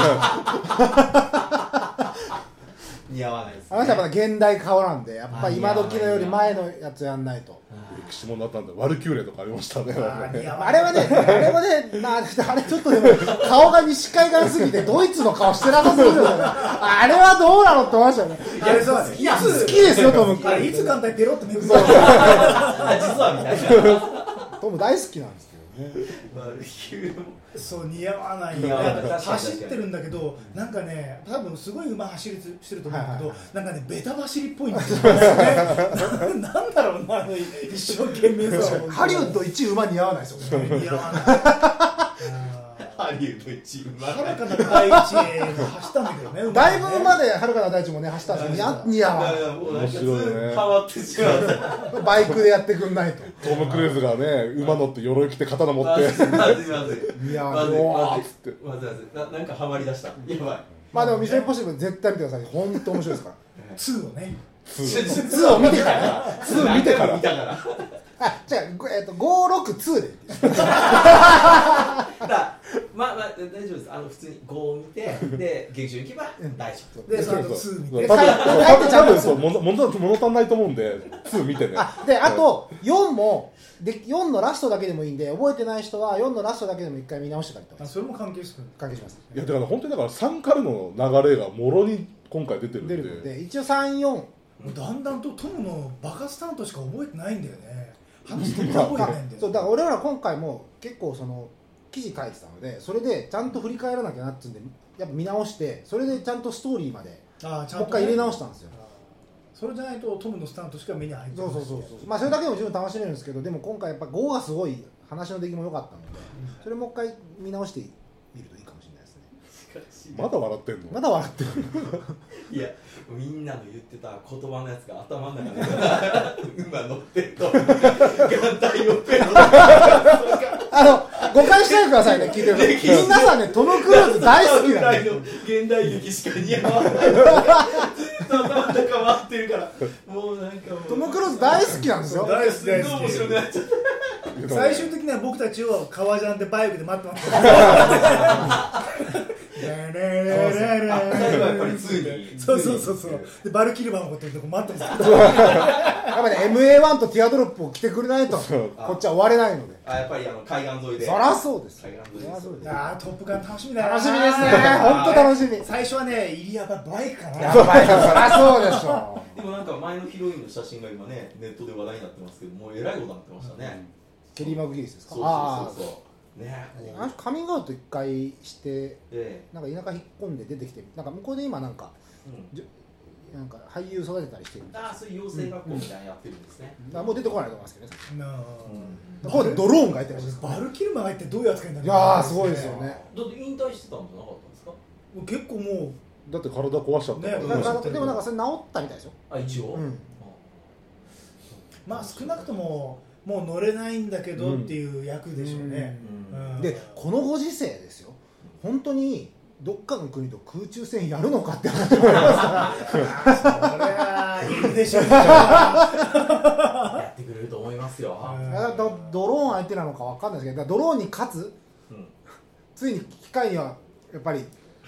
S1: 似合わないです、
S2: あなたはまだ現代顔なんでやっぱ今時のより前のやつやんないと
S3: 歴史ものだったんでワルキューレとかありましたねなんかね
S2: あれはね、あれはね、なあれちょっとでも、顔が西海岸すぎて、ドイツの顔してなさすぎるよね。あれはどうなのって思いましたよね。
S4: あれさ
S1: 好
S4: い
S1: きなんです
S2: 好きですよ、トム。
S4: あれいつ艦隊ペロッとめくる
S1: あ実はみたいな
S2: トム大好きなんですけどね。
S1: マルヒューも
S4: そう似合わない
S1: 似合
S4: よ
S1: わない
S4: ね
S1: 確かに
S4: 走ってるんだけどなんかね多分すごい馬走りつしてると思うんだけど、
S2: はい
S4: なんかねベタ走りっぽいんですよねなん なんだろうなあの一生懸命さ
S2: ハリウッド一馬似合わないですよ。
S4: 似合わないあ
S1: ハリウッド一うま
S4: ー
S1: い
S4: はるかな大地へ走ったんだけどね
S2: だいぶま
S4: で
S2: で遥かな大地もね、走ったんですけど、似合わない。
S1: 面
S3: 面白いね
S1: 変わってしまった
S2: バイクでやってくんないと。
S3: トム・クルーズがね馬乗って鎧着て刀持っ
S1: ま
S3: て
S1: ずいまずいまずい
S2: 似合
S1: ま
S2: わ
S1: ず
S2: ない。
S1: いうま
S3: わーっつ
S1: ず
S3: っ
S1: いまずいまずいななんかハマりだしたやば
S2: まあでも、ミッションインポッシブル絶対見てください。本当面白いですから。
S4: 2をね
S1: い
S3: 2
S1: 2を見てから
S3: 2見てから
S1: 見たから
S2: あ、じゃあ、えっと、562で。
S1: ただまあまあ大丈夫ですあの普通に5を見てで劇場行けば大丈夫
S4: でその後
S3: そう
S4: 2見て
S2: 帰
S3: 多分
S2: って帰ってちゃ
S3: 多
S2: んと
S3: 分そう物物物足んないと思うんで2見てね
S2: あであと4もで4のラストだけでもいいんで覚えてない人は4のラストだけでも一回見直してから
S4: あ
S2: と
S4: それも関係してくる
S2: 関係します
S3: いやだから本当にだから3からの流れがもろに今回出てるん
S2: 出
S3: で
S2: るので一応34
S4: もうだんだんとトムのバカスタントしか覚えてないんだよね話して覚えてないんだよ
S2: そうだから俺ら今回も結構その記事書いてたのでそれでちゃんと振り返らなきゃなっつうんでやっぱ見直してそれでちゃんとストーリーまで
S4: あーちゃん
S2: も
S4: とね
S2: う一回入れ直したんですよ
S4: それじゃないとトムのスタントしか目に入って
S2: そ
S4: な
S2: う
S4: い
S2: そうそうそうまあそれだけでも十分楽しめるんですけどでも今回やっぱ5がすごい話の出来も良かったのでそれもう一回見直してみるといいかもしれないですね
S3: まだ笑ってんの
S2: まだ笑ってる
S1: いやみんなの言ってた言葉のやつが頭の中で 馬乗ってると眼帯をペロ
S2: あの誤解しないでくださいね聞いてる
S1: 歴史
S2: 皆さんねトム・クルーズ大好きなんで
S1: 現代の現代劇しか似合わないずっと頭の中回ってるからもうなんかもう
S2: トム・クルーズ大好きなんですよ
S4: 大好き
S1: すっごい面白くなっちゃっ
S4: 最終的には僕たちを革ジャンでバイクで待ってます
S1: た最後はやっぱりついに
S4: そうそうそうそうでバルキルバンのことで待ってます
S2: やっぱね MA1 とティアドロップを着てくれないと
S3: そう
S2: こっちは終われないので
S1: あやっぱりあの海岸沿いで
S2: そらそうです
S1: 海岸沿いで
S2: そら
S1: す
S2: そうです
S4: あートップガン楽しみだな
S2: 楽しみですね本当楽しみ
S4: 最初はねイリアババイクかな
S2: やばいよそらそうでしょ
S1: でもなんか前のヒロインの写真が今ねネットで話題になってますけどもうえらいことになってましたね、
S2: ケリー・マグギリスですか
S1: そう
S2: あ
S1: そうそうそうね
S2: ああの人カミングアウト一回して
S1: え
S2: なんか田舎引っ込んで出てきてなんか向こうで今なんか
S1: えうん
S2: なんか俳優育てたりしてるみたい
S1: ああそういう養成学校みたいなのやってるんですね、
S2: だからもう出てこないと思いますけどね
S4: なあ
S2: 向こうでドローンがいてるらしいです
S4: バルキルバンが一体どういう扱いになる
S2: いやーすごいですよね
S1: だって引退してたんじゃなかったんですか
S4: もう結構もう
S3: だって体壊しちゃったから、
S4: ね
S3: うん
S2: だか
S4: う
S2: らでもなんかそれ治ったみたいですよ、
S1: あ一応、
S2: うん
S4: まあ少なくとももう乗れないんだけどっていう役でしょうね、
S1: う
S4: うん
S2: でこのご時世ですよ本当にどっかの国と空中戦やるのかって話もありますから
S4: それはいるでしょうねあ
S1: やってくれると思いますよ、
S4: うん
S2: だからドドローン相手なのかわかんないですけどだからドローンに勝つ
S1: うん
S2: ついに機械にはやっぱり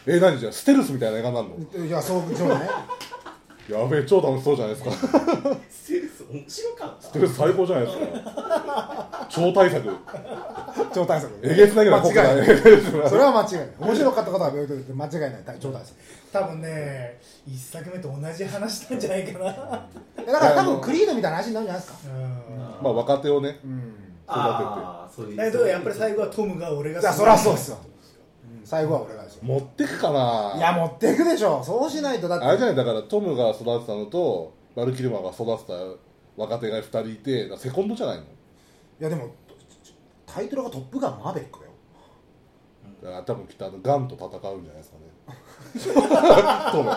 S3: え何じゃあステルスみたいな映画になるの
S2: いやそうそうね
S3: やべえ超楽しそうじゃないですか
S1: セールス面白かった
S3: ステルス最高じゃないですか超大作
S2: 超大作
S3: えげつないぐらい
S2: 間
S3: 濃くな
S2: 違
S3: い
S2: いないそれは間違いない面白かったことは別に間違いない大超大
S4: ー
S2: 作
S4: 多分ね一作目と同じ話なんじゃないかな、
S2: だから多分クリードみたいな話になるんじゃないですか
S4: うん
S3: まあ若手をね
S2: うん
S1: ああそういう
S4: だけどやっぱり最後はトムが俺が
S2: いやそりゃそうですよ最後は俺がですよ
S3: 持ってくかない
S2: や持っていくでしょそうしないとだって
S3: あれじゃないだからトムが育てたのとバルキルマーが育てた若手が2人いてだからセコンドじゃないの
S2: いやでもタイトルが「トップガンマーベリック」だよ
S3: だから多分きっとあのガンと戦うんじゃないですかね トム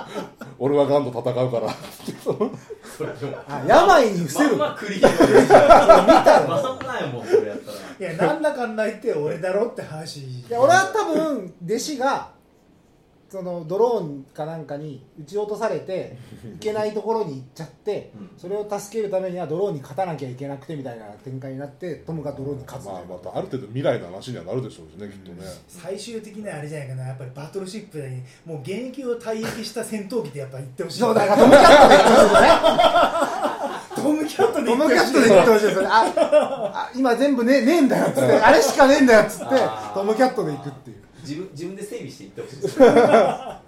S3: 俺はガンと戦うからってその
S1: それでも
S2: あ病に伏せる、
S1: まんまクリーム見たまんないもんそれや ったら
S4: いやなんだかんだ言って俺だろって話い
S2: いや俺は多分弟子がそのドローンかなんかに撃ち落とされていけないところに行っちゃって
S1: うん
S2: それを助けるためにはドローンに勝たなきゃいけなくてみたいな展開になってトムがドローンに勝つ
S3: まあ
S2: という
S3: またある程度未来の話にはなるでしょうしねきっとね
S4: 最終的にはあれじゃないかなやっぱりバトルシップにもう現役を退役した戦闘機でやっぱ行ってほしい
S2: そうだからトムキャットで行ってほしいで
S4: トムキャ
S2: すね
S4: ットで行ってほし
S2: トムキャ
S4: い
S2: ットで行ってほしいですよねああ今全部ねねえんだよっつってあれしかねえんだよっつって
S1: あー
S2: トムキャットで行くっていう
S1: 自分自分で整備していってほしいです
S2: 燃費あ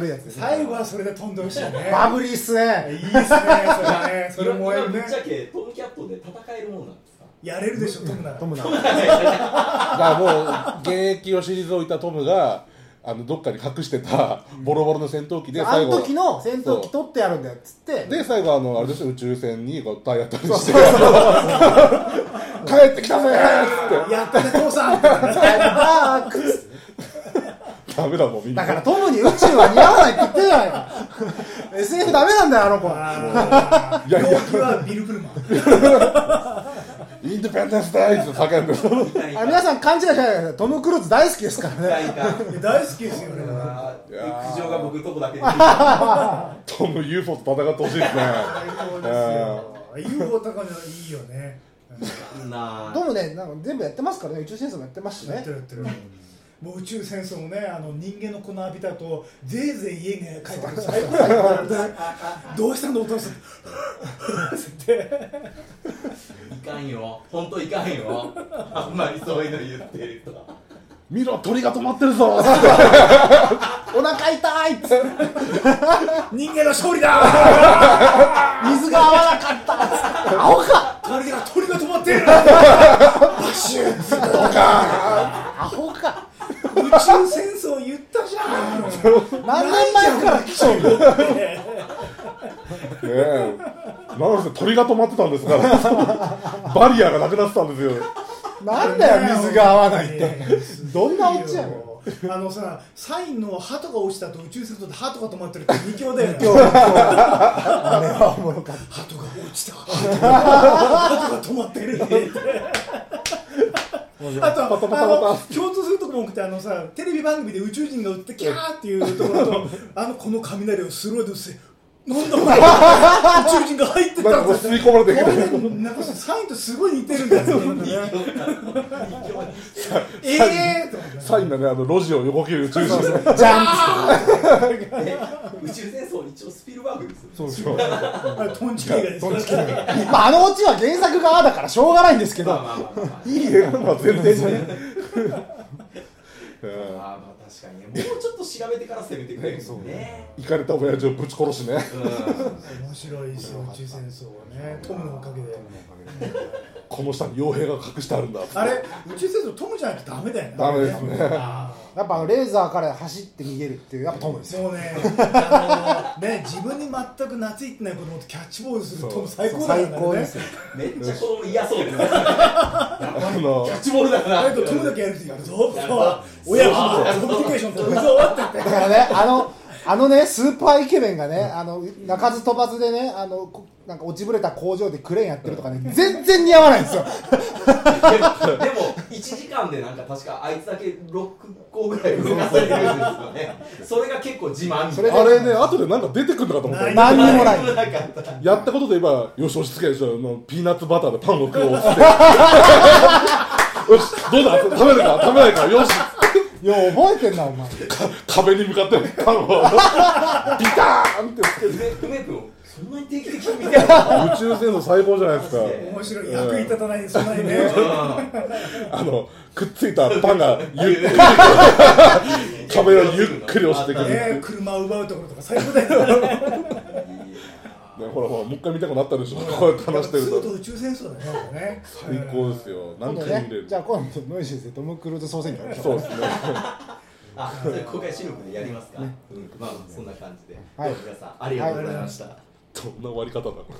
S2: るやつですね
S4: 最後はそれで飛んでほしいね
S2: バブリーっすね
S4: いいっすねそれね それ燃え
S1: 今
S4: る
S1: ぶっ
S4: ね
S1: ちゃけトムキャットで戦えるもんなんですか
S4: やれるでしょトムなら
S2: トムな
S3: だからもう現役を退いたトムがあのどっかに隠してたボロボロの戦闘機で
S2: あ
S3: 最
S2: の
S3: 後
S2: 時の戦闘機取ってやるんだよっつって
S3: で最後あのあれでしょ宇宙船にこう体当たり
S2: そう
S3: し
S2: そ
S3: て
S2: うそう
S3: 帰ってきたぜーっつっ
S4: やったね父さんって
S2: あー
S3: てダメだもんみんな
S2: だからトムに宇宙は似合わないって言ってるじゃないか SF ダメなんだよあの子は
S4: あー
S3: いやい
S4: 動
S3: や
S4: 機はビル・クルマン
S3: インディペンデンスダイって叫んでる
S1: みたい
S2: あれ皆
S1: な
S2: さん勘違いしないでくださいトム・クルーズ大好きですからね
S1: いかん
S4: 大好きですよね
S1: 苦情が僕とこだけであ
S3: トム UFO と戦ってほしいですね
S4: 最高ですよ UFO 高いのいいよね
S1: んな
S2: トムねなんか全部やってますからね宇宙戦争もやってますし
S4: やっ
S2: ね
S4: てるやってるもう宇宙戦争もねあの人間の粉浴びたとぜいぜい家に帰ってくる最高どうしたのお父さんって
S1: いかんよ本当いかんよあんまりそういうの言ってると
S3: 見ろ鳥が止まってるぞ
S2: お腹痛いっつって
S4: 人間の勝利だ
S2: 水が合わなかったっつって青か
S4: 鳥が鳥が止まっている
S2: アホか
S4: 宇宙戦争言ったじゃん
S2: 何年前から来ちゃうの
S3: ねえなんせ鳥が止まってたんですからバリアがなくなってたんですよ
S2: なんだよ水が合わないってどんなオチやねん
S4: のあのさサインの鳩が落ちたと宇宙戦争で鳩が止まってるって二強だよね
S2: 今日あれはおもろかった
S4: 鳩が落ちた鳩が止まってるってあと
S3: パタパタ
S4: あの
S3: パ
S4: 共通するとこも多くてあのさテレビ番組で宇宙人が撃ってキャーっていうところとあのこの雷をスローで撃つなんだこれ宇宙人が入って
S3: なん
S4: た
S3: かこう吸い込まれてきて
S4: 俺ねなんかサインとすごい似てるんだよねええーと思って
S3: サインだねあの路地を横切る宇宙人
S2: じゃん
S1: 宇宙戦争一応スピルバーグです
S3: そうそう
S4: あれトンチキ映画です
S2: まああのオチは原作側だからしょうがないんですけ
S1: まあ
S2: ど
S1: まあまあまあ
S3: いい映画は全然 ねうん
S1: まあまあ確かにねもうちょっと調べてから攻めてくれるもんね
S3: 行かれた親父をぶち殺しね
S4: 面白いですよ宇宙戦争はねトムのおかげで
S3: この下に傭兵が隠してあるんだ
S4: あれ宇宙戦争トムじゃなくてダメだよね
S3: ダメですね
S4: あ
S2: やっぱあのレーザーから走って逃げるっていうやっぱトムです
S4: ー
S2: よ
S4: もうねあのね自分に全く懐いてない子供とキャッチボールするトム最高だ
S2: 最
S4: よね
S2: 高ですよ
S1: うんめっちゃ子供嫌そうですね
S3: あの
S1: キャッチボールだ
S4: あ
S1: な
S4: れとトムだけやるとやるぞとか親子のコミュニケーション取るぞって言って
S2: だからねあのあのね、スーパーイケメンがね、あの、鳴かず飛ばずでね、あの、こなんか落ちぶれた工場でクレーンやってるとかね、全然似合わないんですよ。
S1: でもでも1時間でなんか確かあいつだけ6個ぐらい動かされてるんですよねそれが結構自慢みた
S2: そ
S1: いな
S2: れ
S3: あれね後でなんか出てくるのかと思った
S4: ない
S3: ら
S2: 何にもない。
S1: なかった
S3: やったことで言えばよし押し付けでしょあのピーナッツバターでパンを食おうっつ ってよしどうだ食べるか食べないかよし
S2: よう覚えてんな、お前。
S3: 壁に向かってパンをビターンってつけて
S1: で梅君そんなに定期的に見てなかっ
S3: 宇宙戦争最高じゃないですか
S4: 面白い役に立たないそんなにね
S1: た
S3: あのくっついたパンがゆっくり壁をゆっくり押してくる
S4: ね車を奪うところとか最高だよね
S3: ねほらほらもう一回見たくなったでしょこうやって話してる
S4: ずっと
S3: と
S4: 宇宙戦争だねなんかね
S3: 最高ですよ
S2: 今
S3: 何
S2: 度
S3: 回も
S2: ね
S3: 見れる、
S2: じゃあ今度、ノイシーズでトム・クルーズ総選挙やりましょ
S3: そうですね
S1: あそれ公開収録でやりますか、うんまあそんな感じで、
S2: はい
S1: では皆さんありがとうございました、
S3: どんな終わり方だこれ